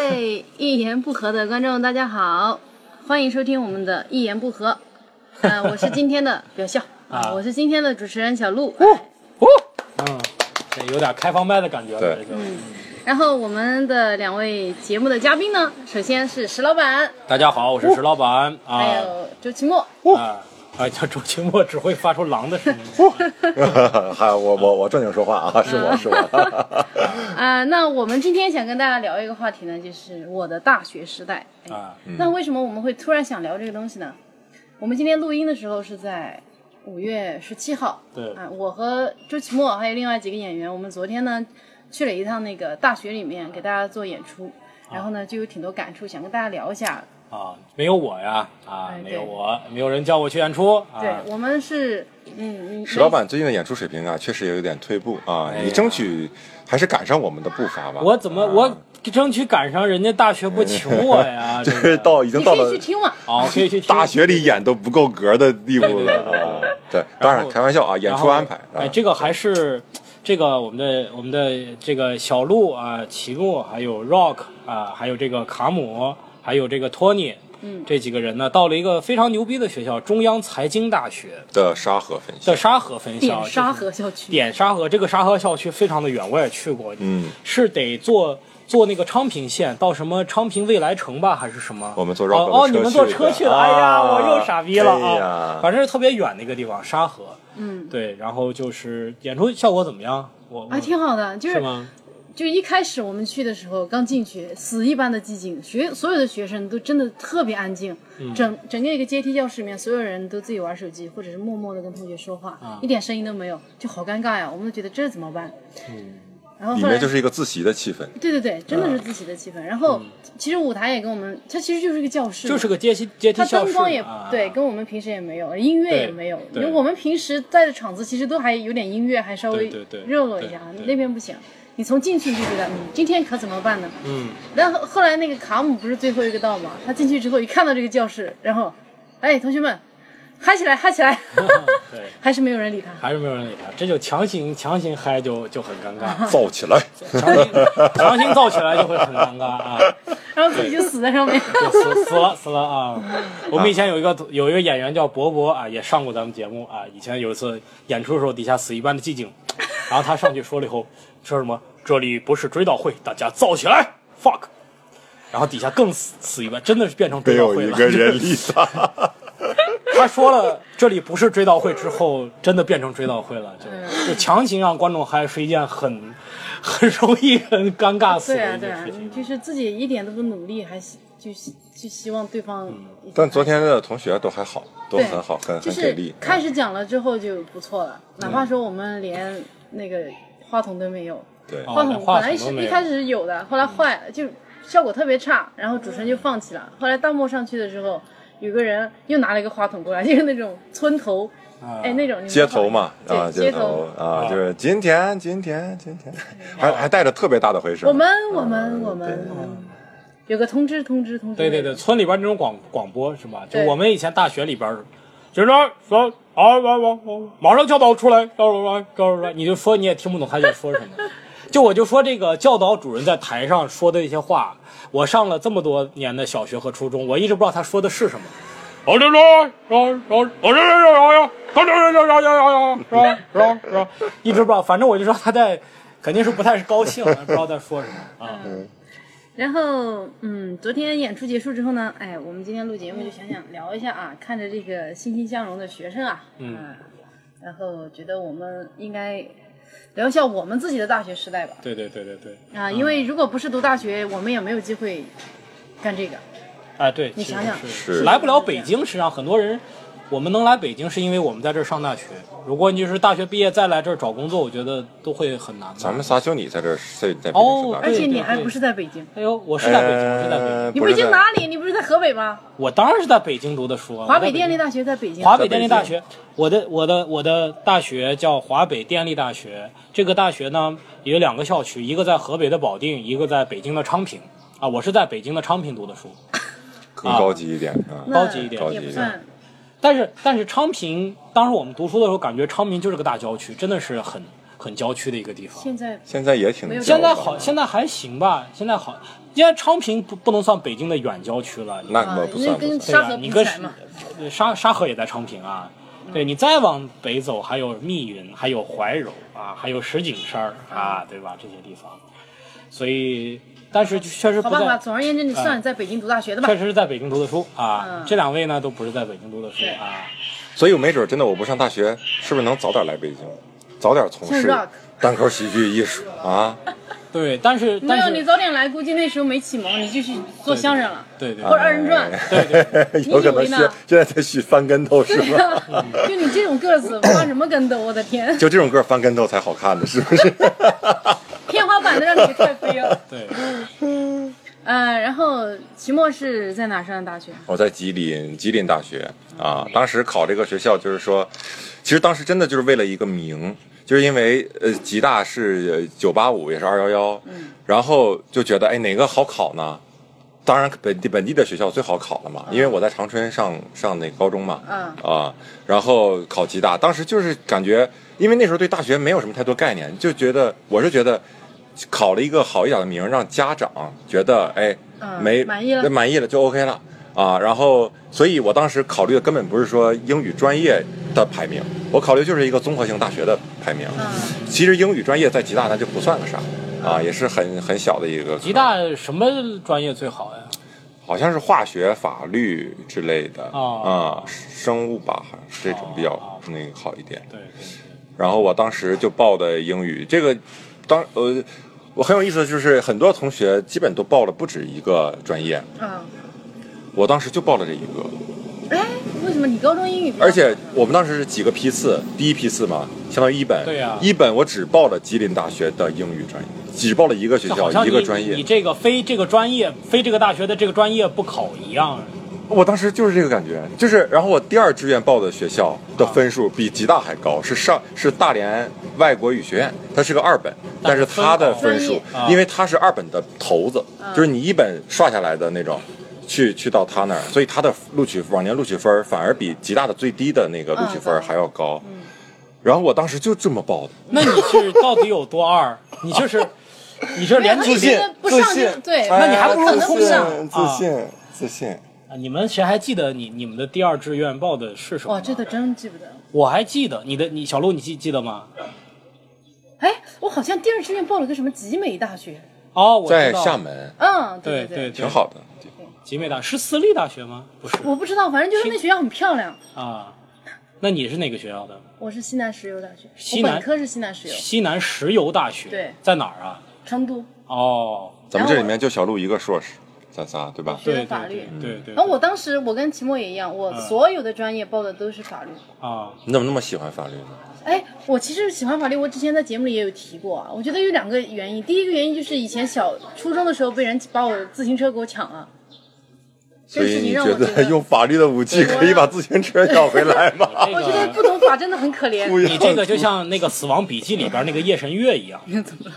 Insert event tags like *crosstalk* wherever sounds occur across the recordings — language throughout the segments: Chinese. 位一言不合的观众，大家好，欢迎收听我们的《一言不合》。呃，我是今天的不要笑啊，我是今天的主持人小鹿。嗯，这有点开放麦的感觉了。对这个嗯然后我们的两位节目的嘉宾呢，首先是石老板，大家好，我是石老板还啊有周奇墨。啊啊！叫周奇墨只会发出狼的声音。哦 *laughs* 嗨，我我我正经说话啊，是我是 *laughs* 我。啊、那我们今天想跟大家聊一个话题呢，就是我的大学时代。哎啊那为什么我们会突然想聊这个东西呢？我们今天录音的时候是在五月十七号，对啊，我和周奇墨还有另外几个演员，我们昨天呢去了一趟那个大学里面给大家做演出，然后呢啊就有挺多感触，想跟大家聊一下。啊，没有我呀啊哎，没有对我，没有人叫我去演出啊。对我们是，嗯，嗯石老，板最近的演出水平啊，确实也有点退步啊。哎呀你争取还是赶上我们的步伐吧。我怎么啊我争取赶上人家大学 *laughs* 不求我呀？就这是个到已经你到可以了去听嘛，啊，可以去听大。学里演都不够格的地步对对对对了啊。对，当然开玩笑啊，演然出后安排啊哎，。这个还是这个我们的我们的这个小鹿啊、奇诺，还有 Rock 啊，还有这个卡姆，还有这个托尼，嗯，这几个人呢，到了一个非常牛逼的学校——中央财经大学的沙河分析的，沙河分校。点哎沙河校区，点沙河这个沙河校区非常的远，我也去过，嗯，是得坐坐那个昌平线到什么昌平未来城吧，还是什么？我们坐哦 Rock 的哦，车你们坐去车的去的，哎呀，啊我又傻逼了哎啊呀！反正是特别远的一个地方，沙河。嗯，对，然后就是演出效果怎么样？我啊，挺好的，就是是吗？就一开始我们去的时候，刚进去，死一般的寂静，学所有的学生都真的特别安静，嗯整整个一个阶梯教室里面，所有人都自己玩手机，或者是默默的跟同学说话，啊一点声音都没有，就好尴尬呀！我们都觉得这怎么办？然后嗯里后来面就是一个自习的气氛。对对对，真的啊是自习的气氛。然后、其实舞台也跟我们，它其实就是一个教室嘛，嗯就是个阶梯阶梯它教室灯光也、啊对，跟我们平时也没有，音乐也对没有。因对为我们平时在的场子其实都还有点音乐，还稍微对对对热络一下啊对。对那边不行，你从进去就觉得， *laughs* 嗯，今天可怎么办呢？嗯，然后后来那个卡姆不是最后一个到嘛，他进去之后一看到这个教室，然后，哎，同学们，嗨起来，嗨起 *laughs* 来， *laughs* 对，还是没有人理他。还是没有人理他，这就强行强行嗨就就很尴 *laughs* 尬，造起来，强行强行造起来就会很尴尬啊，然后自己就死在上面。就死死了死了啊！我们以前有一个有一个演员叫博博啊，也上过咱们节目啊，以前有一次演出的时候底下死一般的寂静，然后他上去说了以后说什么这里不是追悼会，大家造起来，fuck。然后底下更死死一般，真的是变成没追悼有会一了。个人理他。他说了这里不是追悼会之后，真的变成追悼会了，就就强行让观众嗨是一件很很容易很尴尬死对的啊一，对件啊事，情。就是自己一点都不努力，还是就就希望对方。 *laughs* 嗯但昨天的同学都还好，都对，很好，很就很是给力。嗯开始讲了之后就不错了，哪嗯怕说我们连那个话筒都没有，对，筒哦连本话来筒是都没一有嗯开始是有的，后来坏了，就效果特别差，然后主持人就放弃了。后来弹幕上去的时候，有个人又拿了一个话筒过来， *laughs* 就是那种村头，哎，那种你们街头嘛，对啊，街头啊啊，就是今天，今天，今天，还还带着特别大的回声。我们我们我们对我们有个通知通知通知，嗯对对对，，村里边那种广广播是吧？就对我们以前大学里边儿，就是说说啊啊啊啊，马上教导出来，教导出来，教导出来，你就说你也听不懂他在说什么。就我就说这个教导主任在台上说的一些话，我上了这么多年的小学和初中，我一直不知道他说的是什么。我就说，我我我这这一直不知道，反正我就知道他在，肯定是不太是高兴，不知道在说什么啊。然后，嗯，昨天演出结束之后呢，哎，我们今天录节目就想想聊一下啊，看着这个欣欣向荣的学生啊，嗯、然后觉得我们应该聊一下我们自己的大学时代吧，对对对对对，啊，因为如果不是读大学，我们也没有机会干这个。哎，对，你其实想想是是来不了北京，实际上很多人，我们能来北京是因为我们在这儿上大学。如果你就是大学毕业再来这儿找工作，我觉得都会很难的。咱们仨就你在这儿，在在北哦京上大而学对且你对还对不是在北京，哎呦，我是在北京，我是在北京，呃你不北是京在哪里？你不是在河北吗？我当然是在北京读的书啊。华我在北电力京大学在北京。华在北北电力大京学，我的我的我的大学叫华北电力大学。这个大学呢有两个校区，一个在河北的保定，一个在北京的昌平。啊，我是在北京的昌平读的书，更高级一点啊。那高级一点高级也一不点算。但是但是昌平，当时我们读书的时候，感觉昌平就是个大郊区，真的是很很郊区的一个地方。现在现在也挺没有现在焦的好，现在还行吧，现在好，现在昌平不不能算北京的远郊区了。你那啊可，不那算不跟对算，沙吧？河你比跟起来嘛，嗯对沙沙河也在昌平啊。对你再往北走，还有密云，还有怀柔啊，还有石景山儿啊，对吧？这些地方，所以但是确实好不吧，好吧，在，总而言之，你算是在北京读大学的吧确？实是在北京读的书啊嗯。这两位呢都不是在北京读的书对啊。所以我没准真的我不上大学，是不是能早点来北京，早点从像事 rock 单口喜剧艺术啊？对，但是没但有，是你早点来，估计那时候没启蒙，你就去做相声了，对对哎或者二人转。对对对， *laughs* 有可能你以为现呢现在在续翻跟头是吧？ *laughs* 就你这种个子，翻什么跟斗？我的天，就这种歌翻跟头才好看呢，是不是？天花板都让你给踹飞 *laughs* 了。对呃，然后期末是在哪上的大学？我在吉林吉林大学啊，当时考这个学校就是说，其实当时真的就是为了一个名，就是因为呃吉大是九八五也是二幺幺，然后就觉得哎哪个好考呢？当然本地本地的学校最好考了嘛，因为我在长春上上那个高中嘛，嗯啊，然后考吉大，当时就是感觉，因为那时候对大学没有什么太多概念，就觉得我是觉得考了一个好一点的名，让家长觉得哎嗯没满意了对满意了就 OK 了啊。然后，所以我当时考虑的根本不是说英语专业的排名，我考虑就是一个综合性大学的排名。嗯其实英语专业在吉大那就不算个啥啊，也是很很小的一个。吉大什么专业最好呀？好像是化学、法律之类的啊、哦生物吧，好像是这种比哦较那个好一点。对对然后我当时就报的英语，这个当呃，我很有意思的就是很多同学基本都报了不止一个专业，啊，我当时就报了这一个，哎，为什么你高中英语比较好？而且我们当时是几个批次，第一批次嘛，相当于一本，对啊呀一本我只报了吉林大学的英语专业，只报了一个学就好校像一你个专你业，这个非这个专业非这个大学的这个专业不考一样。我当时就是这个感觉，就是然后我第二志愿报的学校的分数比吉大还高，是上是大连外国语学院，它是个二本，但但是是它的分分数高专业，因为它是二本的头子，就是你一本刷下来的那种。去去到他那儿，所以他的录取往年录取分儿反而比吉大的最低的那个录取分儿还要高。然后我当时就这么报的，那你是到底有多 *laughs* 二？你就是你这连没有他自就信觉。得不上就对，那你还不如可能不自信上。自信自信。啊你们谁还记得你你们的第二志愿报的是什么吗？哇，这个真记不得。我还记得你的你小鹿你记记得吗？哎，我好像第二志愿报了个什么集美大学。哦，我在知道厦，门嗯，对对对，挺好的，集美大是私立大学吗？不是我不知道，反正就是那学校很漂亮。啊，那你是哪个学校的？我是西南石油大学，西我南本科是西南石油，西南石油大学。对在哪儿啊？成都哦，咱们这里面就小鹿一个硕士，咱仨对吧？学对的对法对律。嗯对对。然后我当时我跟秦墨也一样，嗯我所有的专业报的都是法律。啊，你怎么那么喜欢法律呢？哎，我其实喜欢法律，我之前在节目里也有提过啊。我觉得有两个原因，第一个原因就是以前小初中的时候被人把我自行车给我抢啊了，这所个以事你情让我觉觉得得， *laughs* 用法律的武器可以把自行车要回来 *laughs* 吗？哎我觉得不懂法真的很可 *laughs* 怜。不要你这个就像那个《死亡笔记》里边那个夜神月一样，怎么了？嗯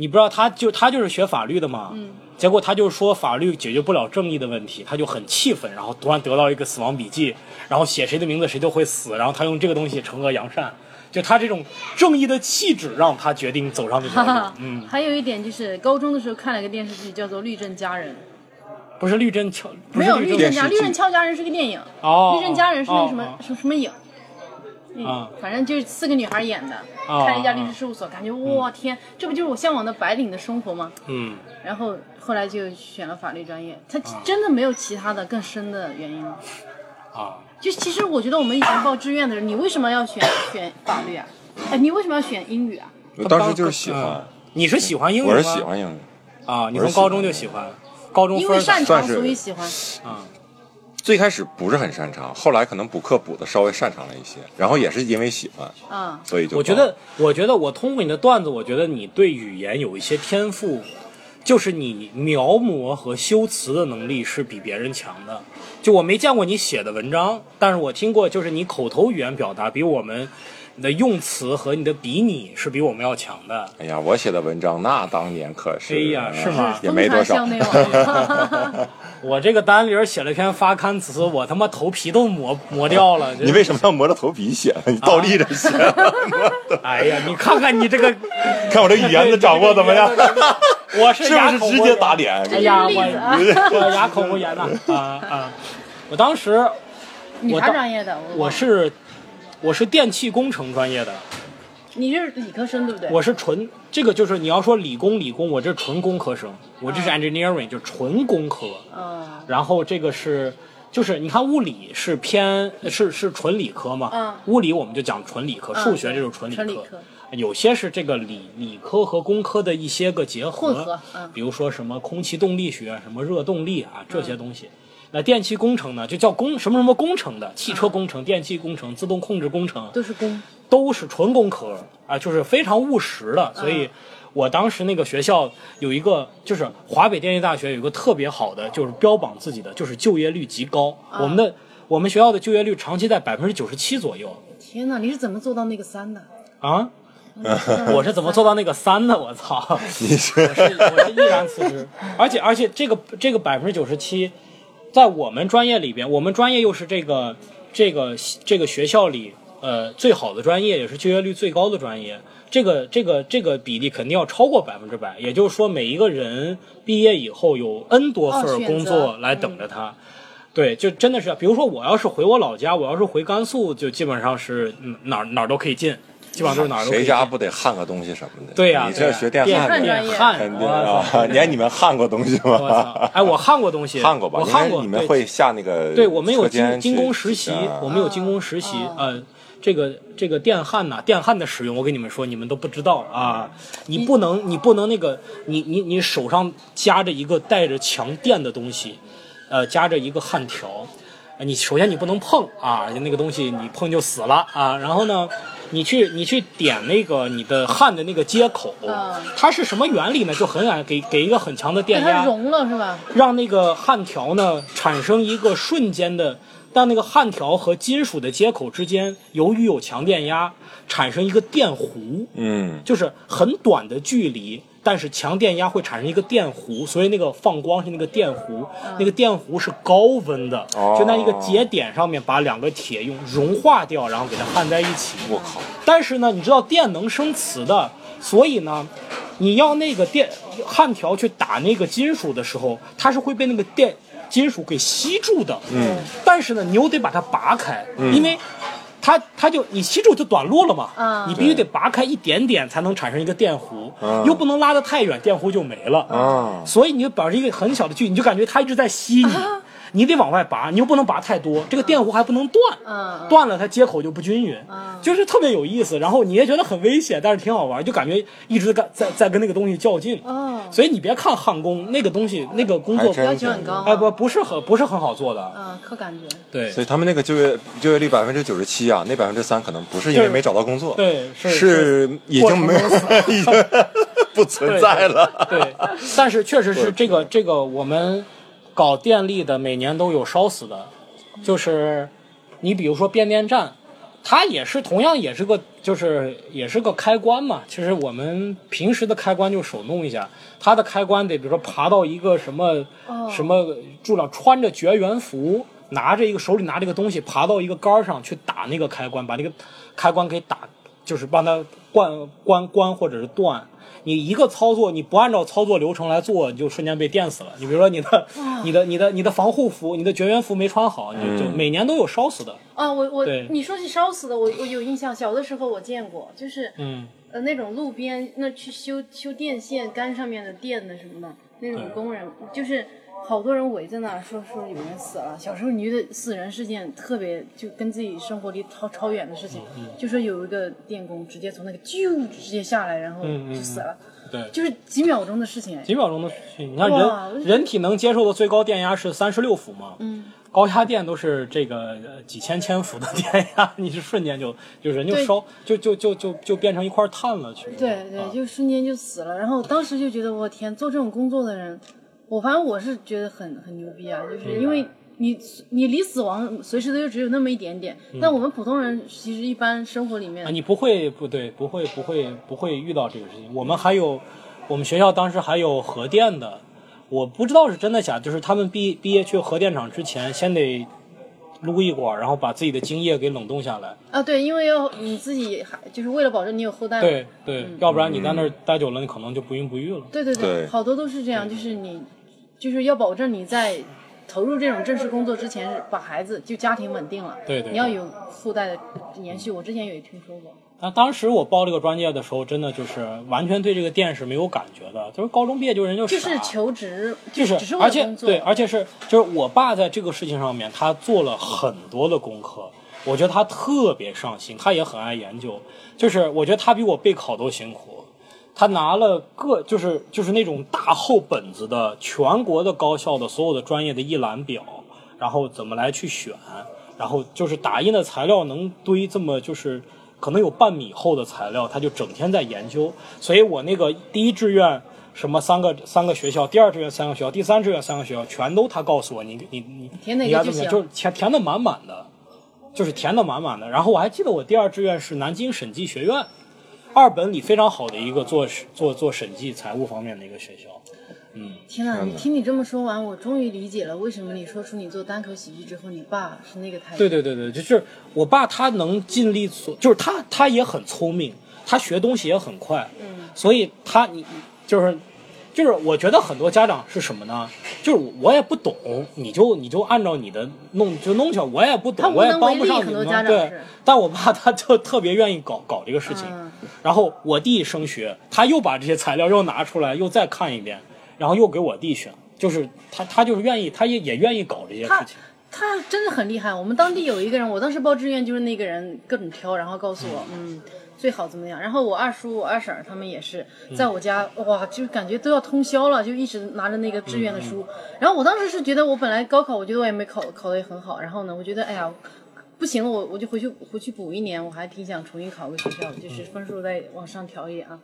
你不知道他就他就是学法律的嘛，结果他就说法律解决不了正义的问题，他就很气愤，然后突然得到一个死亡笔记，然后写谁的名字谁就会死，然后他用这个东西惩恶扬善，就他这种正义的气质让他决定走上这条哈路哈，嗯，，还有一点就是高中的时候看了一个电视剧，叫做《律政佳人》，不是律政敲，不没是有《律律政政佳电视剧律政敲佳人》是个电影，哦律政佳人》是那哦什么、哦什么什么影。啊嗯，反正就是四个女孩演的，哦开了一家律师事务所，感觉哇天，这不就是我向往的白领的生活吗？嗯，然后后来就选了法律专业，他真的没有其他的更深的原因了。啊，就其实我觉得我们以前报志愿的人，你为什么要 *coughs* 选选法律啊？哎，你为什么要选英语啊？我当时就是喜欢嗯，你是喜欢英语吗？我是喜欢英语，啊，你从我是喜欢高中就喜欢，高中因分为儿擅高长，算是所以喜欢。啊，最开始不是很擅长，后来可能补课补的稍微擅长了一些，然后也是因为喜欢，啊、所以就我觉得，我觉得我通过你的段子，我觉得你对语言有一些天赋，就是你描摹和修辞的能力是比别人强的。就我没见过你写的文章，但是我听过，就是你口头语言表达比我们你的用词和你的比拟是比我们要强的。哎呀，我写的文章那当年可是，嗯哎呀是吗是也没多风少传向内网。我这个单里儿写了篇发刊词，我他妈头皮都磨磨掉了。这 *laughs* 你为什么要磨着头皮写呢？你倒立着写，啊哎呀，你看看你这个 *laughs* 看我这语言的掌握怎么 *laughs* 样？我是是不是直接打？脸？哎呀，这是例子啊我 *laughs* 我哑口无言呐！啊啊！我当时你我啥当专业的？我是我是电气工程专业的，你是理科生对不对？我是纯这个就是你要说理工理工，我这纯工科生，我这是 engineering 就纯工科。嗯然后这个是就是你看物理是偏是是纯理科嘛，嗯物理我们就讲纯理科，嗯数学就是纯理科，纯理科有些是这个理理科和工科的一些个结合，混合嗯比如说什么空气动力学、什么热动力啊这些东西。嗯那电气工程呢，就叫工什么什么工程的，汽车工程、电气工程、自动控制工程，都是工，都是纯工科啊，就是非常务实的。所以，我当时那个学校有一个，就是华北电力大学有一个特别好的，就是标榜自己的，就是就业率极高。我们的我们学校的就业率长期在百分之九十七左右天哪，你是怎么做到那个三的？啊。我是怎么做到那个三的？我操！你是我是我是毅然辞职，而且而且这个这个百分之九十七，在我们专业里边，我们专业又是这个这个这个学校里呃最好的专业，也是就业率最高的专业。这个这个这个比例肯定要超过百分之百，也就是说，每一个人毕业以后有 N 多份哦儿选择工作来等着他。对，就真的是，比如说我要是回我老家，我要是回甘肃，就基本上是嗯哪儿哪儿都可以进，基本上就是哪儿都可以谁进。家不得焊个东西什么的？对呀、你这学电焊焊的，专电业焊肯定我操啊！ *laughs* 你看你们焊过东西我操 *laughs* 吗！？ *laughs* 哎，我焊过东西，焊过吧？我应该焊过。你们对会下那个对，我们有车间精精工去实习啊，我们有精工实习。哦呃，这个这个电焊呐、电焊的使用，我跟你们说，你们都不知道啊。你不能，你不能那个，你你你手上夹着一个带着强电的东西，呃，夹着一个焊条，呃你首先你不能碰啊，那个东西你碰就死了啊。然后呢？你去你去点那个你的焊的那个接口，嗯它是什么原理呢？就很矮，给给一个很强的电但压它，融了是吧？让那个焊条呢产生一个瞬间的，让那个焊条和金属的接口之间，由于有强电压，产生一个电弧，嗯，就是很短的距离，但是强电压会产生一个电弧，所以那个放光是那个电弧，那个电弧是高温的，哦就在一个节点上面把两个铁用融化掉，然后给它焊在一起。我靠，但是呢，你知道电能生磁的，所以呢，你要那个电焊条去打那个金属的时候，它是会被那个电金属给吸住的。嗯，但是呢，你又得把它拔开，因为。它它就你吸住就短路了嘛，嗯你必须得拔开一点点才能产生一个电弧，又不能拉得太远，电弧就没了。啊所以你就保持一个很小的距离，你就感觉它一直在吸你，啊你得往外拔，你又不能拔太多，这个电弧还不能断，嗯啊嗯断了它接口就不均匀，就是特别有意思。然后你也觉得很危险，但是挺好玩，就感觉一直在在在跟那个东西较劲。哦所以你别看焊工那个东西，那个工作还真要求很高。哎不，不是很不是很好做的，嗯，靠感觉。对所以他们那个就业就业率百分之九十七啊，那百分之三可能不是因为没找到工作，对是是已经没有， *laughs* 已经不存在了。对，但是确实是这个这个我们搞电力的每年都有烧死的，就是你比如说变电站，它也是同样也是个就是也是个开关嘛。其实我们平时的开关就手弄一下，它的开关得比如说爬到一个什么、什么柱上，穿着绝缘服。拿着一个手里拿着一个东西，爬到一个杆儿上去打那个开关，把那个开关给打就是帮它关关关或者是断。你一个操作，你不按照操作流程来做，你就瞬间被电死了。你比如说你的、你的、你的、你的防护服、你的绝缘服没穿好，你就就每年都有烧死的。啊，我我对你说起烧死的，我我有印象，小的时候我见过，就是嗯，呃那种路边那去修修电线杆上面的电的什么的，那种工人就是好多人围在那儿说说有人死了。小时候你觉得死人事件特别就跟自己生活离超超远的事情，嗯就说有一个电工直接从那个啾直接下来，然后嗯嗯就死了，对，就是几秒钟的事情哎。几秒钟的事情。你看哇人人体能接受的最高电压是三十六伏嘛？嗯，高压电都是这个呃几千千伏的电压， *laughs* 你是瞬间就就人就对烧就就就就就变成一块炭了去。对啊对，就瞬间就死了。然后当时就觉得，我天，做这种工作的人，我反正我是觉得很很牛逼啊，就是因为你你离死亡随时都就只有那么一点点。但我们普通人其实一般生活里嗯啊，面，你不会不对，不会不会不会遇到这个事情。我们还有，我们学校当时还有核电的，我不知道是真的假，就是他们毕毕业去核电厂之前，先得撸一管，然后把自己的精液给冷冻下来。啊，对，因为要你自己还就是为了保证你有后代嘛，对对，嗯要不然你在那儿待久了，你可能就不孕不育了。对对对，对好多都是这样，就是你就是要保证你在投入这种正式工作之前，把孩子就家庭稳定了，对对对你要有后代的延续。我之前也听说过，那当时我报这个专业的时候，真的就是完全对这个电是没有感觉的，就是高中毕业就人就就傻，是求职，就只是是为而了且工作，对，而且是就是我爸在这个事情上面他做了很多的功课，我觉得他特别上心，他也很爱研究，就是我觉得他比我备考都辛苦。他拿了各就是就是那种大厚本子的全国的高校的所有的专业的一览表，然后怎么来去选，然后就是打印的材料能堆这么就是可能有半米厚的材料，他就整天在研究。所以我那个第一志愿什么三个三个学校，第二志愿三个学校，第三志愿三个学校，全都他告诉我，你你你填哪个你要就怎么样，行就是填填的满满的，就是填的满满的。然后我还记得我第二志愿是南京审计学院。二本里非常好的一个做做做审计财务方面的一个学校，天啊呐，你听你这么说完，我终于理解了为什么你说出你做单口喜剧之后，你爸是那个态度。对对对对，就是我爸他能尽力做，就是他他也很聪明，他学东西也很快，嗯，所以他你就是就是我觉得很多家长是什么呢？就是我也不懂，你就你就按照你的弄就弄去，我也不他懂，无我也能帮为不力上很你多们，家长对是。但我爸他就特别愿意搞搞这个事情，嗯然后我弟升学，他又把这些材料又拿出来，又再看一遍，然后又给我弟选，就是他他就是愿意，他也也愿意搞这些事他情。他真的很厉害。我们当地有一个人，我当时报志愿就是那个人各种挑，然后告诉我，嗯，最好怎么样。然后我二叔、我二婶儿他们也是在我家，哇，就感觉都要通宵了，就一直拿着那个志愿的书。然后我当时是觉得，我本来高考，我觉得我也没考考得也很好。然后呢，我觉得，哎呀。不行了，我我就回去回去补一年，我还挺想重新考个学校，就是分数再往上调一点啊。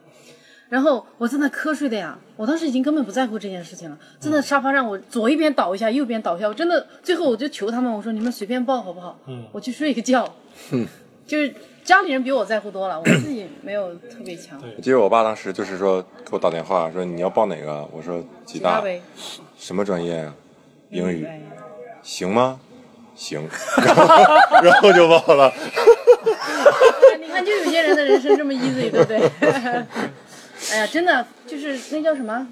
然后我在那瞌睡的呀，我当时已经根本不在乎这件事情了，真的沙发上我左一边倒一下，右边倒一下，我真的最后我就求他们，我说你们随便报好不好？嗯，我去睡个觉。就是家里人比我在乎多了，我自己没有特别强。我记得我爸当时就是说给我打电话说你要报哪个，我说吉大大，呗，什么专业啊？英语，哎行吗？行， *laughs* 然后然后就报 *laughs* 了。你看，就有些人的人生这么 easy，对不对？ *laughs* 哎呀，真的就是那叫什么，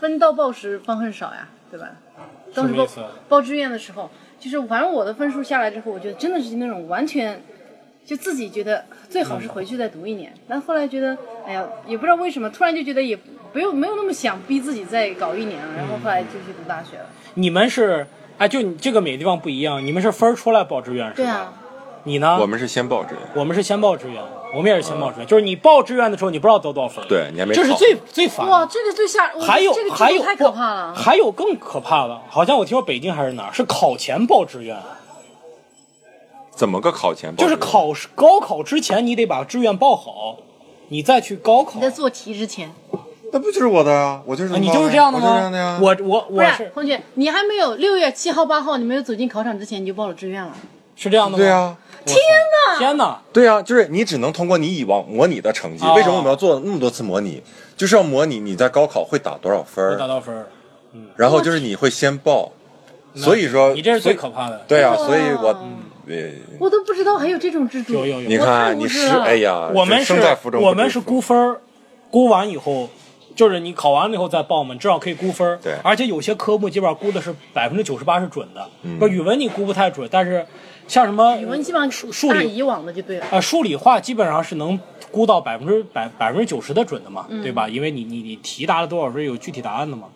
分到报时方恨少呀，对吧？当时什报么意思啊报志愿的时候，就是反正我的分数下来之后，我觉得真的是那种完全。就自己觉得最好是回去再读一年，但后来觉得，哎呀，也不知道为什么，突然就觉得也不用没有那么想逼自己再搞一年了，然后后来就去读大学了。你们是哎，就你这个每个地方不一样，你们是分儿出来报志愿是吧？对啊，你呢？我们是先报志愿，我们是先报志愿，我们也是先报志愿，就是你报志愿的时候，你不知道得多少分，对你还没这是考最最烦的。哇，这个最吓，我觉得还有这个还制有度太可怕了啊不。还有更可怕的，好像我听说北京还是哪儿是考前报志愿，怎么个考前报就志是愿？考试高考之前你得把志愿报好，你再去高考你。在做题之前，那不就是我的啊？我就是啊你就是这样的我就吗？这样的呀。我我不我是是同学，你还没有六月七号、八号，你没有走进考场之前，你就报了志愿了。是这样的吗？对啊，天哪！天哪！对啊，就是你只能通过你以往模拟的成绩。哦为什么我们要做那么多次模拟？就是要模拟你在高考会打多少分我打儿，到分儿，然后就是你会先报。所以说，你这是所最以可怕的。嗯对啊，哇所以我呃，我都不知道还有这种制度。有有有你我太看无你知是了哎呀，我们是生在福中不知福，我们是估分儿，估完以后，就是你考完了以后再报嘛，至少可以估分儿。对而且有些科目基本上估的是百分之九十八是准的，嗯不、语文你估不太准，但是像什么语文基本上数数按理以往的就对了。啊，数理化基本上是能估到百分之百百分之九十的准的嘛，嗯对吧？因为你你你题答了多少分儿有具体答案的嘛。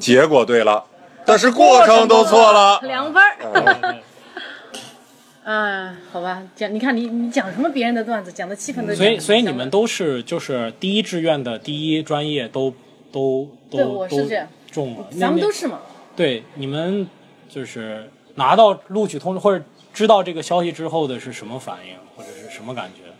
结果对了，但是过程都错了。两分 *laughs* 儿。嗯，好吧，讲你看你你讲什么别人的段子，讲的气氛都 *laughs* 所以所以你讲们得都是就是第一志愿的第一专业都都对都我是都这样中了，咱们那都是嘛，对，你们就是拿到录取通知或者知道这个消息之后的是什么反应，或者是什么感觉？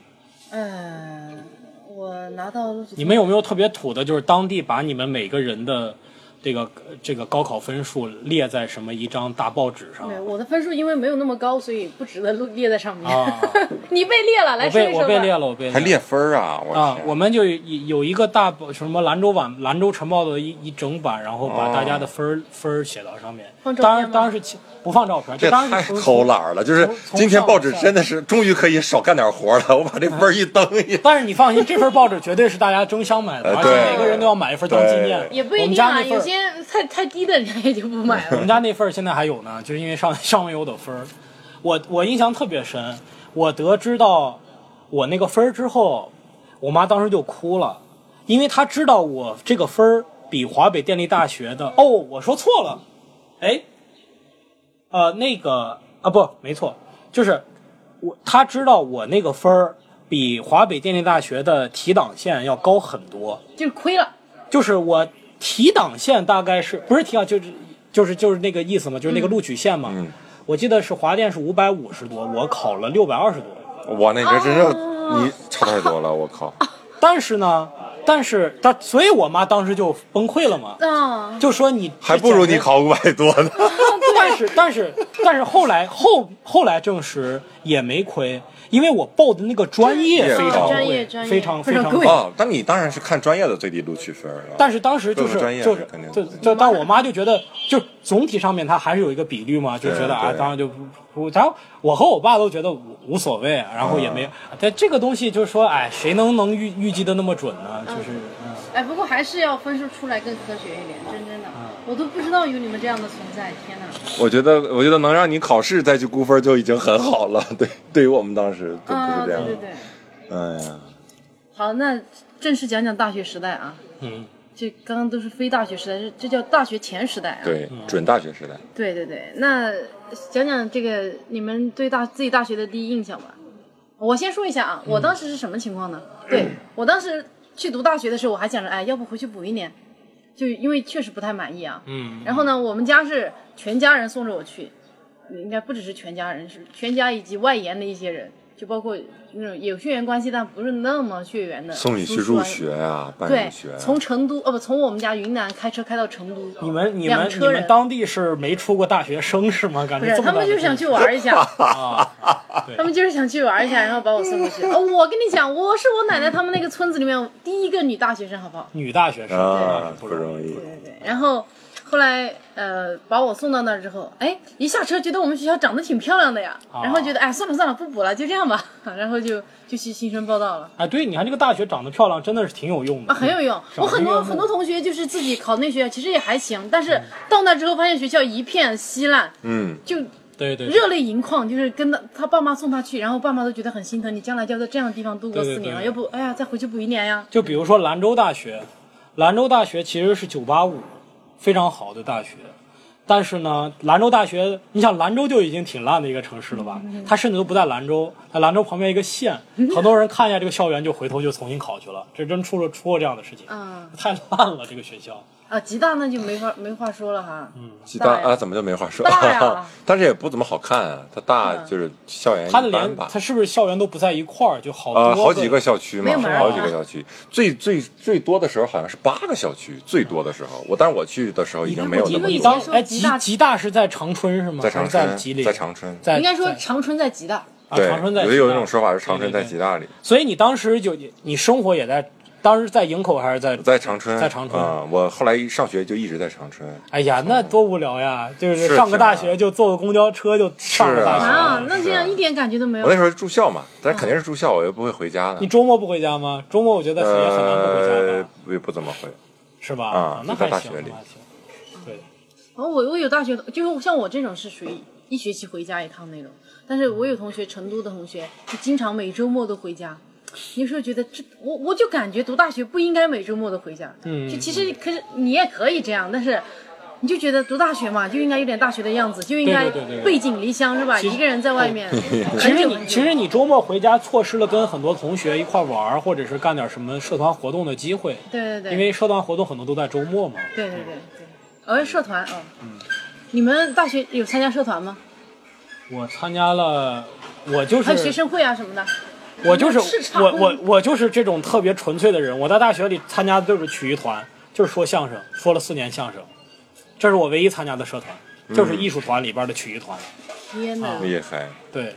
嗯，我拿到录取通知你们有没有特别土的，就是当地把你们每个人的这个这个高考分数列在什么一张大报纸上对，我的分数因为没有那么高，所以不值得录列在上面。啊？ *laughs* 你被列了，来我说一被说我吧。被列了，我被还列了。列分儿啊！我啊，天我们就有有一个大报什么兰州晚兰州晨报的一一整版，然后把大家的分儿、分儿写到上面。放照片当吗然当然是其不放照片，这当然太是从偷。懒了，就是从从今天上报纸往下真的是终于可以少干点活了。我把这分儿一登一， *laughs* 但是你放心，这份报纸绝对是大家争相买的，呃而且对每个人都要买一份当纪念。也不一我们定家啊，那份有儿，些太太低的人也就不买我了。们家那份儿现在还有呢，就是因为上上面有我的分儿。我我印象特别深，我得知到我那个分儿之后，我妈当时就哭了，因为她知道我这个分儿比华北电力大学的。哦，我说错了，哎，呃，那个啊，不，没错，就是我他知道我那个分儿比华北电力大学的提档线要高很多，就是亏 *laughs* 了，就是我提档线大概是不是提档就是就是就是那个意思嘛，就是那个录取线嘛。嗯我记得是华电是五百五十多，我考了六百二十多。哇，那这真啊是你差太多了，我靠！但是呢，但是他，所以我妈当时就崩溃了嘛，啊，就说你还不如你考。考五百多 *laughs* 呢。 *laughs* 但是但是但是后来后后来证实也没亏，因为我报的那个专业专业非常啊专业贵，专业非常非常常贵哦，但你当然是看专业的最低录取分儿了。但是当时就各是个专业就是肯定就贵就，但我妈就觉得，就总体上面她还是有一个比率嘛，就觉得对啊，对当然就不不，然后我和我爸都觉得无无所谓，然后也嗯没，啊但这个东西就是说，哎，谁能能预预计的那么准呢？就是嗯哎，不过还是要分数出来更科学一点，真真的，嗯我都不知道有你们这样的存在，天哪！我觉得，我觉得能让你考试再去估分儿就已经很好了。对，对于我们当时就不啊，是这对样对。对，哎呀，好，那正式讲讲大学时代啊，嗯，这刚刚都是非大学时代，这这叫大学前时代啊。对，准大学时代。对对对，那讲讲这个你们对大自己大学的第一印象吧。我先说一下嗯啊，我当时是什么情况呢？对我当时去读大学的时候，我还想着，哎，要不回去补一年，就因为确实不太满意啊。嗯。然后呢，我们家是全家人送着我去，应该不只是全家人，是全家以及外延的一些人，就包括那种有血缘关系但不是那么血缘的。送你去入。学啊，办对入学，。从成都哦不，从我们家云南开车开到成都。你们你两们你车人们当地是没出过大学生是吗？感不觉是，这么他大们的就是想去玩一下。啊，他们就是想去玩一下，然后把我送过去。哦，我跟你讲，我是我奶奶他们那个村子里面第一个女大学生，好不好？女大学生啊，不不容易。容易对。对对。然后后来呃把我送到那儿之后，哎，一下车觉得我们学校长得挺漂亮的呀，然后觉得哎算了算了不补了，就这样吧， *laughs* 然后就就去新生报道了。哎，对，你看这个大学长得漂亮，真的是挺有用的，啊，很有用。赏我很心悦多目很多同学就是自己考那学校，其实也还行，但是到那之后发现学校一片稀烂，嗯，就对对，对热泪盈眶，就是跟他他爸妈送他去，然后爸妈都觉得很心疼，你将来就要在这样的地方度过对对四年了，对要不哎呀再回去补一年呀。就比如说兰州大学，兰州大学其实是985，非常好的大学。但是呢，兰州大学，你想兰州就已经挺烂的一个城市了吧？嗯它甚至都不在兰州，它兰州旁边一 *laughs* 个县，很多人看一下这个校园就回头就重新考去了，这真出了出过这样的事情，嗯太烂了这个学校。啊，吉大那就没法没话说了哈。嗯，鸡大呀啊，怎么就没话说大呀？ *laughs* 嗯但是也不怎么好看啊，它大就是校园一它的般连吧。它是不是校园都不在一块儿，就好多呃，个、好几个校区嘛没有门，儿啊好几个校区，最最最多的时候好像是八个校区，最多的时候，我但是我去的时候已经没有那么你你看多，我当哎吉吉大吉大是在长春是吗？在还长是在春吉林，，在长春，在应该说在长春在吉大，啊对，长春在有吉有大一种说法是长春在对对对吉大里，所以你当时就你生活也在，当时在营口还是在？在长春，在长春啊，我后来一上学就一直在长春，哎呀，那多无聊呀！就是是上个大学是就坐个公交车就上个大是学。啊啊，那是这样一点感觉都没我那有。时候住校嘛，嗯但是肯定是住校，我又不会回家的你，周末不回家吗？周末我觉得也很难不回家呃吧，，不不怎么回，是吧？啊那就在还大行，学里那还行。对，哦，我我有大学，就是像我这种是属于一学期回家一趟那种，但是我有同学，成都的同学，就经常每周末都回家。有时候觉得这，我我就感觉读大学不应该每周末都回家。嗯就其实可是你也可以这样，但是。你就觉得读大学嘛，就应该有点大学的样子，就应该对对对对对背井离乡是吧？其实哦一个人在外面， *laughs* 其很实久你很久其实你周末回家错失了跟很多同学一块玩儿，或者是干点什么社团活动的机会，对对对，因为嗯社团活动很多都在周末嘛。对对对对，哦，社团哦，嗯你们大学有参加社团吗？我参加了，我就还是有学生会啊什么的？我就是市场我我我就是这种特别纯粹的人。我在大学里参加的就是曲艺团，就是说相声，说了四年相声，这是我唯一参加的社团，嗯就是艺术团里边的曲艺团。天哪！啊厉害，对，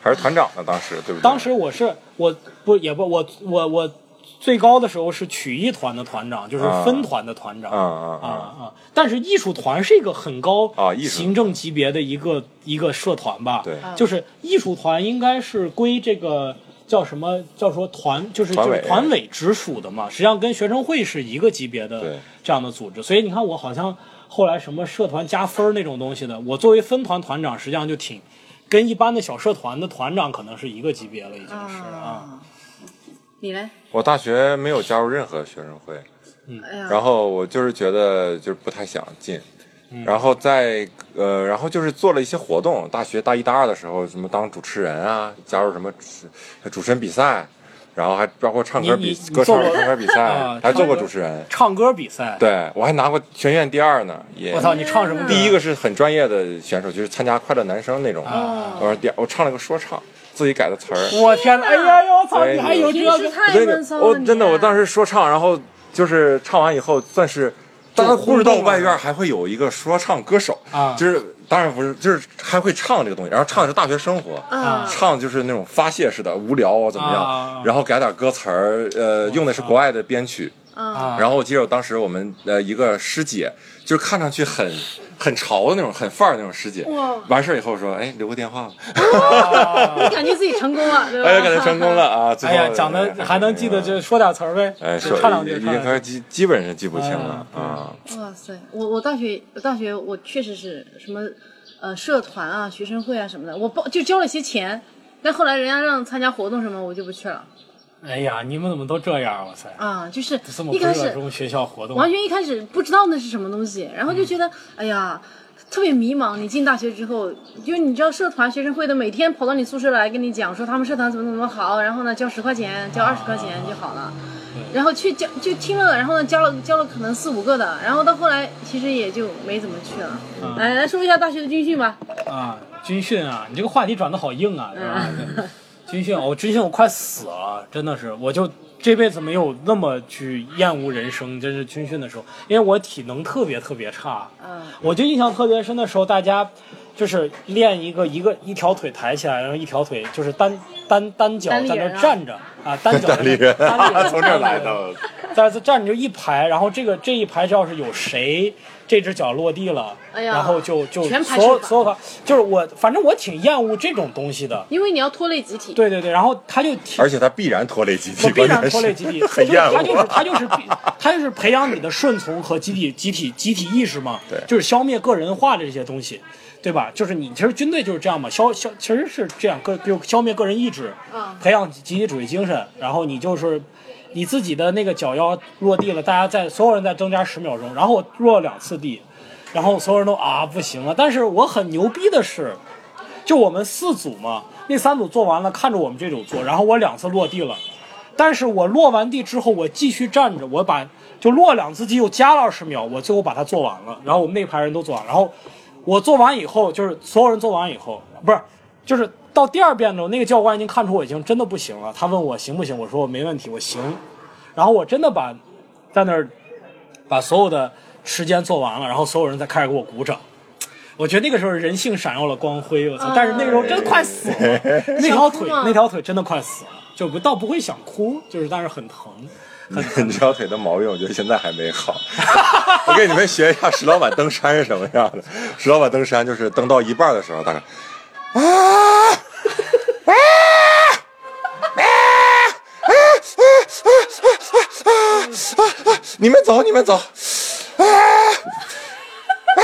还是团长呢，当时对不对？当时我是我不也不我我我最高的时候是曲艺团的团长，就是分团的团长。啊啊啊啊，啊！但是艺术团是一个很高啊艺术行政级别的一个一个社团吧？对就是艺术团应该是归这个叫什么叫说团，就是团就委是团委直属的嘛。实际上跟学生会是一个级别的对这样的组织，所以你看我好像后来什么社团加分儿那种东西的，我作为分团团长，实际上就挺跟一般的小社团的团长可能是一个级别了，已经是啊。啊，你嘞？我大学没有加入任何学生会，嗯哎呀，然后我就是觉得就是不太想进，嗯然后在呃，然后就是做了一些活动，大学大一大二的时候，什么当主持人啊，加入什么主主持人比赛，然后还包括唱歌你比你歌唱做过唱歌比啊赛，哎还做唱过歌主持人，唱歌比赛，对我还拿过全院第二呢，也我操，你唱什么歌？啊第一个是很专业的选手，就是参加快乐男声那种，啊我说第二我唱了个说唱，自己改的词儿，我天哪！哎呀呀，我操！哎你还有这平时个？太真闷骚的，了，我你真的，我当时说唱，然后就是唱完以后，算是大家不知道外院还会有一个说唱歌手啊就是当然不是，就是还会唱这个东西，然后唱的是大学生活，啊唱就是那种发泄似的，无聊啊怎么样，啊然后改点歌词儿，呃，用的是国外的编曲，啊然后我记得我当时我们呃一个师姐，就是看上去很很潮的那种，很范儿那种师姐哇，完事儿以后说，哎，留个电话吧， *laughs* 你感觉自己成功了，对吧？哎呀，感觉成功了啊，最哎后呀，讲的还能记得，就说点词儿呗，哎，就说唱两句，哎已唱经两句。他基基本上记不清了啊。哇塞，我我大学我大学我确实是什么呃社团啊、学生会啊什么的，我报就交了一些钱，但后来人家让参加活动什么，我就不去了哎呀，你们怎么都这样？我塞，啊，就是这么一不开热始衷学校活动，完全一开始不知道那是什么东西，然后就觉嗯得、哎呀。特别迷茫。你进大学之后，就是你知道社团、学生会的，每天跑到你宿舍来跟你讲说他们社团怎么怎么好，然后呢交十块钱、交二十块钱嗯就好了。然后去交就听了，然后呢交了交了可能四五个的，然后到后来其实也就没怎么去了。嗯哎，来说一下大学的军训吧。啊，军训啊，你这个话题转的好硬啊，是吧？嗯对军训，我军训我快死了，真的是，我就这辈子没有那么去厌恶人生，真是军训的时候，因为我体能特别特别差，嗯我就印象特别深的时候，大家就是练一个一个一条腿抬起来，然后一条腿就是单单单脚单立在人那啊站着啊，单脚在那单 *laughs* 立人啊单立人从这儿来的对在这站着就一排，然后这个这一排只要是有谁这只脚落地了，哎呀然后就就全排所有斥法所有的，就是我反正我挺厌恶这种东西的，因为你要拖累集体，对对对，然后他就挺。而且他必然拖累集我体，必关键然是拖累集体， *laughs* 很就是厌他就是恶。他就是啊必他就是培养你的顺从和集体集体集体意识嘛，对就是消灭个人化的这些东西，对吧？就是你其实军队就是这样嘛，消消其实是这样，个就消灭个人意志，嗯培养集体主义精神，然后你就是你自己的那个脚要落地了，大家在所有人再增加十秒钟，然后我落了两次地，然后所有人都啊不行了，但是我很牛逼的是。就我们四组嘛，那三组做完了，看着我们这组做，然后我两次落地了，但是我落完地之后，我继续站着，我把就落两次地又加了二十秒，我最后把它做完了，然后我们那排人都做完，然后我做完以后，就是所有人做完以后，不是，就是到第二遍的时候，那个教官已经看出我已经真的不行了，他问我行不行，我说我没问题，我行，然后我真的把在那儿把所有的时间做完了，然后所有人才开始给我鼓掌。我觉得那个时候人性闪耀了光辉，我操！但是那个时候真快死了，那条想哭腿吗那条腿真的快死了，就不倒不会想哭，就是但是很疼，很 *laughs* 疼。你这条腿的毛病，我觉得现在还没好。我给你们学一下石老板登山是什么样的。石老板登山就是登到一半的时候，大概啊啊啊啊啊啊！你们走，你们走啊啊！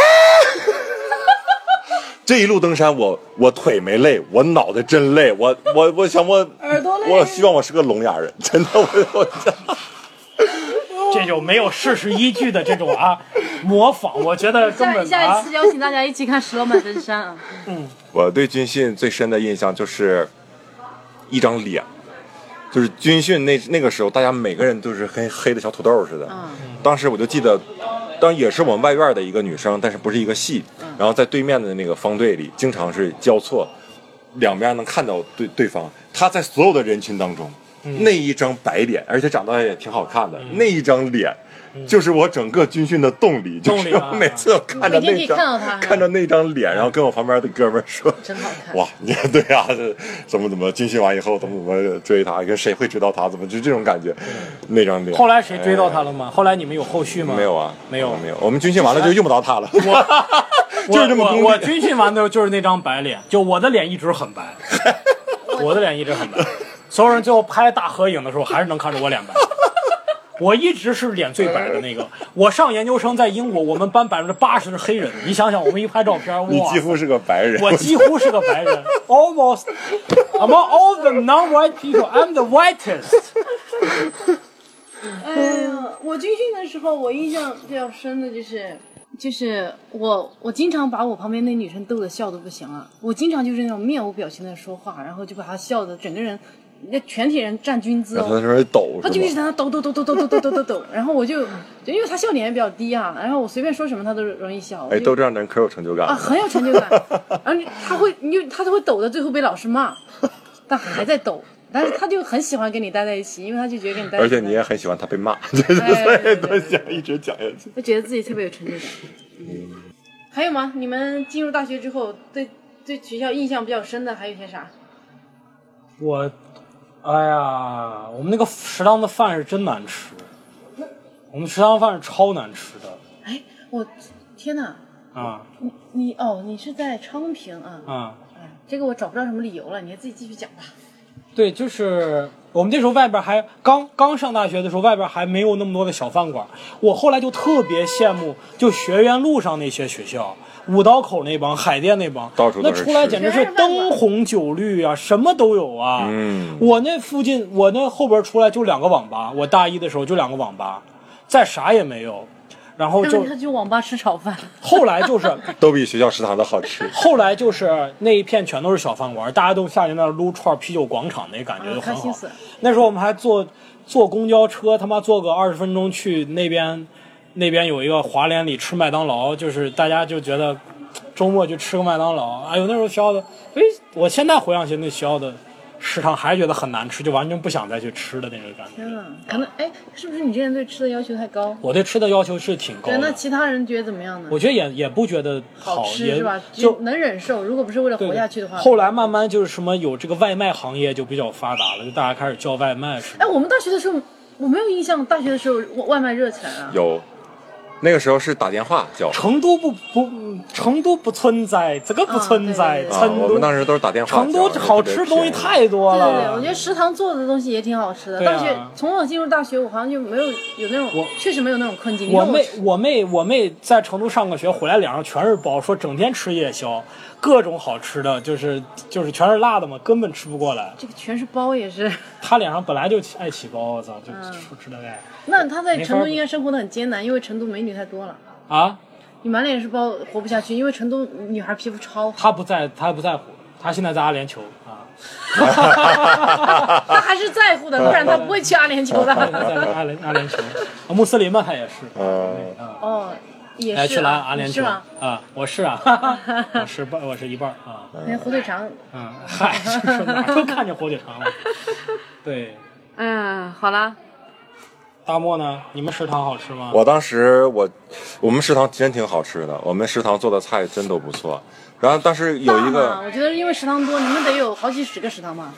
这一路登山，我我腿没累，我脑袋真累，我我我想我耳朵累我希望我是个聋哑人，真的我我。这种没有事实依据的这种啊模仿，我觉得根下本下一啊次，邀请大家一起看石老板登山啊！我对军训最深的印象就是一张脸，就是军训那那个时候，大家每个人都是黑黑的小土豆似的。嗯当时我就记得，当然也是我们外院的一个女生，但是不是一个系，嗯然后在对面的那个方队里，经常是交错，两边能看到对对方。她在所有的人群当中，嗯那一张白脸，而且长得也挺好看的，那一张脸。就是我整个军训的动力，嗯就动力是啊我每次看每着天可那以张看到他看着那张脸，然后跟我旁边的哥们儿说，真好看。哇，你看对啊，这怎么怎么军训完以后怎么怎么追他，跟谁会追到他，怎么就这种感觉，那张脸。后来谁追到他了吗？后来你们有后续吗？没有啊，没有没有，我们军训完了就用不到他了， *laughs* 我就是这么功利我我军训完的时候就是那张白脸，就我的脸一直很 *laughs* 白，我的脸一直很白。所有人最后拍大合影的时候，还是能看出我脸白。我一直是脸最白的那个。我上研究生在英国，我们班百分之八十是黑人。你想想，我们一拍照片，你哇几，乎是个白人。我几乎是个白人，almost *laughs* among all the non-white people, I'm the whitest。哎呀，我军训的时候，我印象比较深的就是，就是我我经常把我旁边那女生逗得笑的不行了。我经常就是那种面无表情的说话，然后就把她笑的整个人，那全体人站军姿然后哦他。说抖她就一直是在吗？那抖抖抖抖抖抖抖抖抖抖，然后我就就因为她笑点也比较低啊，然后我随便说什么她都容易笑。我哎，就都这样的人可有成就感啊，了。很有成就感。然后他会，你就他就会抖的，最后被老师骂，但还在抖。但是他就很喜欢跟你待在一起，因为他就觉得跟你待在而一起，且你也很喜欢他被骂，对对哎对，对对都对想一直讲下去。就觉得自己特别有成就感。还有吗？你们进入大学之后，对对学校印象比较深的还有些啥？我，哎呀，我们那个食堂的饭是真难吃，我们食堂饭是超难吃的哎，我天哪！啊你你哦，你是在昌平啊？啊！哎，这个我找不到什么理由了，你还自己继续讲吧。对，就是我们那时候外边还刚刚上大学的时候，外边还没有那么多的小饭馆。我后来就特别羡慕，就学院路上那些学校，五道口那帮、海淀那帮，到处都那是出来吃简直全是是饭馆灯红酒绿啊，什么都有啊。嗯，我那附近，我那后边出来就两个网吧，我大一的时候就两个网吧，再啥也没有。然后他就们他去网吧吃炒饭，后来 *laughs* 就是都比学校食堂的好吃。后来就是那一片全都是小饭馆，大家都下去那儿撸串、啤酒广场，那感觉就很啊开好心死了。那时候我们还坐坐公交车，他妈坐个二十分钟去那边，那边有一个华联里吃麦当劳，就是大家就觉得周末去吃个麦当劳。哎呦，那时候学校的，哎，我现在回想起那学校的食堂，还是觉得很难吃，就完全不想再去吃的那种感觉。天哪！可能哎，是不是你之前对吃的要求太高？我对吃的要求是挺高对，那的，其他人觉得怎么样呢？我觉得也也不觉得好，吃也是吧？就就能忍受。如果不是为了对活下去的话，后来慢慢就是什么有这个外卖行业就比较发达了，就大家开始叫外卖什么哎，我们大学的时候，我没有印象，大学的时候外外卖热啊起来了。有，那个时候是打电话叫的。成都不不，成都不存在，这个不存在。啊对对对啊，成我们当都，时都是打电话叫。成都好吃的东西太多对对对，了我觉。得食堂做的东西也挺好吃的。对啊大学从我进入大学，我好像就没有有那种我，确实没有那种困境。我你说妹，我妹，我妹在成都上过学，回来脸上全是包，说整天吃夜宵，各种好吃的，就是就是全是辣的嘛，根本吃不过来。这个全是包也 *laughs* 是。她脸上本来就起爱起包，我操，就嗯吃吃的呗。那他在没法成都比应该生活的很艰难，因为成都美女太多了，啊，你满脸是包活不下去，因为成都女孩皮肤超好。她不在，她不在乎，她现在在阿联酋 *laughs* 啊。她还是在乎的，不啊然她不会去阿联酋的。在阿联阿联酋，啊穆斯林嘛，他也是，嗯，哦，也啊哎，是去了啊，阿联是酋吗？啊，我是 *laughs* 啊，哈哈我是半，我是一半儿啊，那火腿肠嗯，嗨，就是哪儿都看见火腿 *laughs* 肠了。对，嗯，好啦，大漠呢？你们食堂好吃吗？我当时我我们食堂真挺好吃的，我们食堂做的菜真都不错。然后当时有一大嘛个我觉得因为食堂多，你们得有好几十个食堂吧？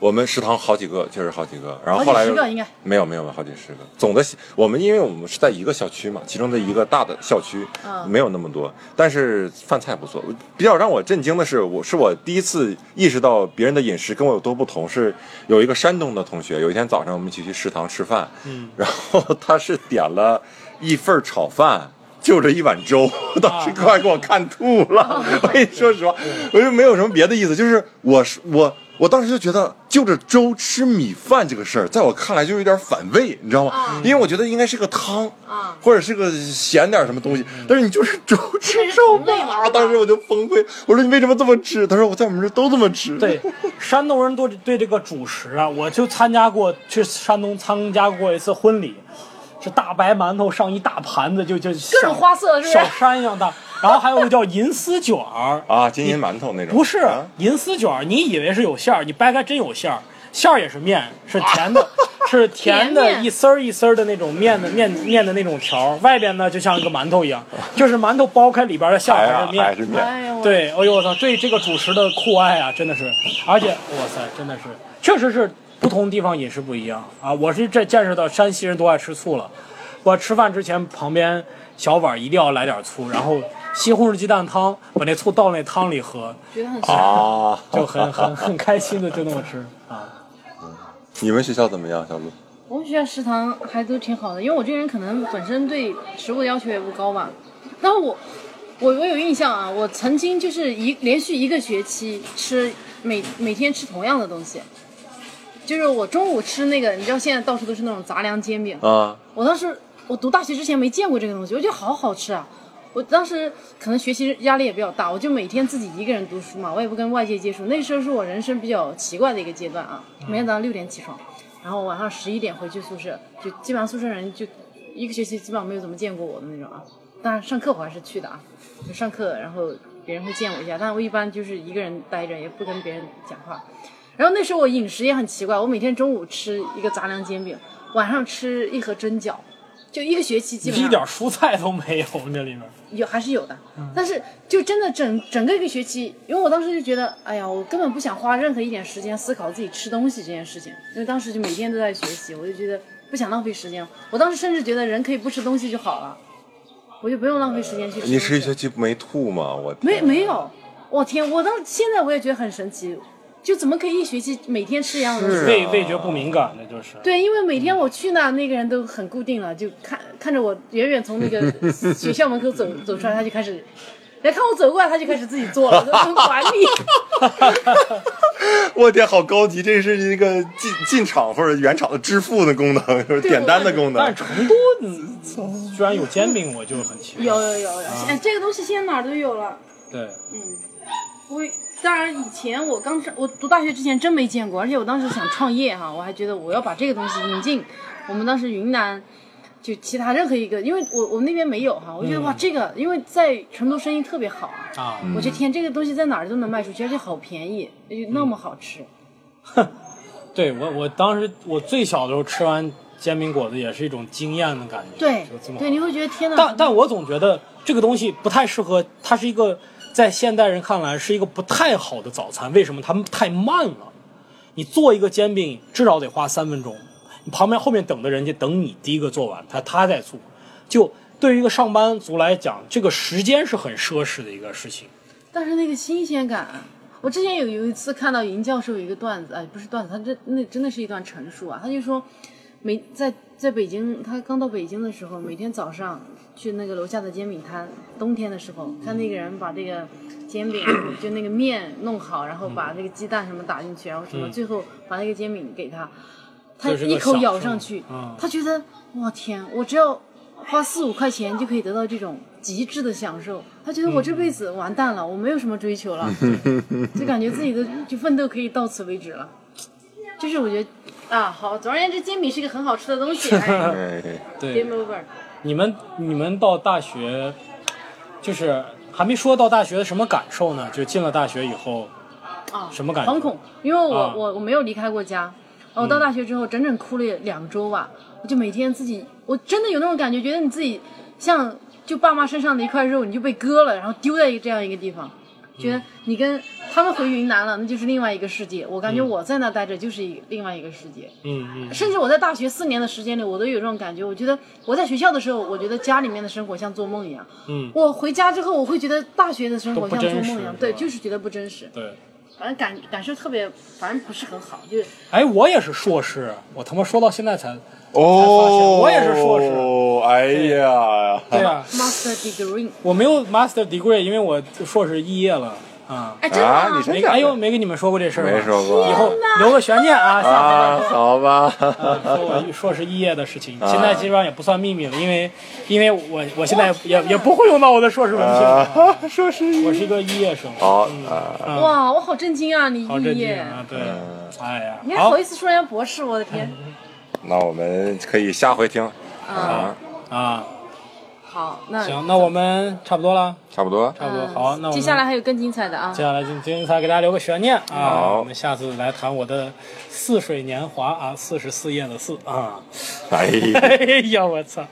我们食堂好几个，确实好几个。然后后来好几十个应该没有没有没有好几十个。总的我们因为我们是在一个校区嘛，其中的一个大的校区嗯没有那么多，但是饭菜不错。比较让我震惊的是，我是我第一次意识到别人的饮食跟我有多不同。是有一个山东的同学，有一天早上我们一起去食堂吃饭，嗯，然后他是点了一份炒饭。就这一碗 *laughs* 粥，当时快给我看吐了。啊 *laughs* 我跟你说实话，我就没有什么别的意思，就是我是我，我当时就觉得就着粥吃米饭这个事儿，在我看来就有点反胃，你知道吗？啊因为我觉得应该是个汤啊或者是个咸点儿什么东西，嗯但是你就是粥吃这是烧同类饭嘛啊！当时我就崩溃，我说你为什么这么吃？他说我在我们这儿都这么吃。对，山东人都对这个主食啊，我就参加过去山东参加过一次婚礼，是大白馒头上一大盘子，就就各种花色是不是小山一样大，然后还有个叫银丝卷儿啊，金银馒头那种不是啊银丝卷儿，你以为是有馅儿，你掰开真有馅儿。馅儿也是面，是甜 *laughs* 的，是甜甜的面一丝儿一丝儿的那种面的面面的那种条儿，外边呢就像一个馒头一 *laughs* 样，就是馒头剥开里边的馅儿还还呀是面。还是面，哎呦，，对，哎呦我操，对这个主食的酷爱啊，真的是，而且哇塞，真的是，确实是不同地方饮食不一样啊。我是这见识到山西人都爱吃醋了，我吃饭之前旁边小碗一定要来点醋，然后西红柿鸡蛋汤，把那醋倒那汤里喝，觉得很啊，就很很很开心的就那么吃啊。 *laughs* 你们学校怎么样，小鹿？我们学校食堂还都挺好的，因为我这个人可能本身对食物的要求也不高吧。但是我，我我有印象啊，我曾经就是一连续一个学期吃每每天吃同样的东西，就是我中午吃那个，你知道现在到处都是那种杂粮煎饼，啊，我当时我读大学之前没见过这个东西，我觉得好好吃啊！我当时可能学习压力也比较大，我就每天自己一个人读书嘛，我也不跟外界接触。那时候是我人生比较奇怪的一个阶段啊，每天早上六点起床，然后晚上十一点回去宿舍，就基本上宿舍人就一个学期基本上没有怎么见过我的那种啊。但是上课我还是去的啊，就上课，然后别人会见我一下，但我一般就是一个人待着，也不跟别人讲话。然后那时候我饮食也很奇怪，我每天中午吃一个杂粮煎饼，晚上吃一盒蒸饺，就一个学期基本 *laughs* 一上点蔬菜都没有，那里面有还是有的，但是就真的整整个一个学期，因为我当时就觉得，哎呀，我根本不想花任何一点时间思考自己吃东西这件事情，因为当时就每天都在学习，我就觉得不想浪费时间。我当时甚至觉得人可以不吃东西就好了，我就不用浪费时间去吃东西。呃你吃一学期没吐吗？我没没有，我天，我到现在我也觉得很神奇，就怎么可以一学期每天吃一样的东西是啊？味味觉不敏感，那就是。对，因为每天我去那，那个人都很固定了，就看看着我远远从那个学校门口走走出来，他就开始，来看我走过来，他就开始自己做了，我都不用管你。我天，好高级！这是一个进进场或者原厂的支付的功能，就是点单的功但是能。成都嗯居然有煎饼，我就很奇怪。有有有有，哎，这个东西现在哪儿都有了。对，我当然以前我刚上我读大学之前真没见过，而且我当时想创业哈，我还觉得我要把这个东西引进我们当时云南。就其他任何一个，因为我我们那边没有哈，我觉得、哇，这个因为在成都生意特别好啊，啊，我觉得天，这个东西在哪儿都能卖出去，而且好便宜，又那嗯么好吃。对我我当时我最小的时候吃完煎饼果子也是一种惊艳的感觉，对就这么好对，你会觉得天哪！但但我总觉得这个东西不太适合，它是一个在现代人看来是一个不太好的早餐。为什么？它们太慢了。你做一个煎饼至少得花三分钟，你旁边后面等的人家等你第一个做完，他他在做。就对于一个上班族来讲，这个时间是很奢侈的一个事情。但是那个新鲜感，我之前有有一次看到尹教授有一个段子，哎，不是段子，他这那真的是一段陈述啊。他就说，每在在北京，他刚到北京的时候，每天早上去那个楼下的煎饼摊，冬天的时候，看那个人把这个煎饼就那个面弄好，然后把那个鸡蛋什么打进去，然后嗯什么，最后把那个煎饼给他，他这是个一口享咬受上去，嗯他觉得我天，我只要花四五块钱就可以得到这种极致的享受。他觉得我嗯这辈子完蛋了，我没有什么追求 *laughs* 了，就感觉自己的就奋斗可以到此为止了。就是我觉得啊，好，总而言之，煎饼是一个很好吃的东西。 *laughs* 哎哎，对，Game，over，你们你们到大学，就是还没说到大学的什么感受呢？就进了大学以后，啊，什么感觉惶恐，因为我、啊嗯我我没有离开过家，我到大学之后整整哭了两周吧，我就每天自己，我真的有那种感觉，觉得你自己像就爸妈身上的一块肉，你就被割了，然后丢在这样一个地方，觉得你跟他们回云南了，那就是另外一个世界，我感觉我在那待着就是一另外一个世界，嗯嗯。甚至我在大学四年的时间里，我都有这种感觉。我觉得我在学校的时候，我觉得家里面的生活像做梦一样。嗯我回家之后，我会觉得大学的生活都不像真做实梦一样，对，是吧就是觉得不真实。对，反正感感受特别，反正不是很好，就是哎，我也是硕士，我他妈说到现在才，哦，我也是硕士哎呀，对啊， master degree。我没有 master degree，因为我硕士肄业了啊。哎，真的啊，吗你？真没，假的？哎呦，没跟你们说过这事儿吧没说过以后留个悬念啊，下回啊再，说。好吧， *laughs* 啊说我硕士肄业的事情，现在基本上也不算秘密了，因为，因为我我现在也也不会用到我的硕士文凭了，啊，硕士一我是一个肄业生。好啊，嗯哇，我好震惊啊！你好毕震惊业，啊！对，哎呀你，还好好意思说人家博士？我的天！那我们可以下回听啊，啊。啊，好，那行，那我们差不多了，差不多。差不多。嗯好，那我们接下来还有更精彩的啊接！下来进精彩，给大家留个悬念啊。好我们下次来谈我的《似水年华》啊，四十四页的四啊。 *laughs* 哎呀。哎呀，我操！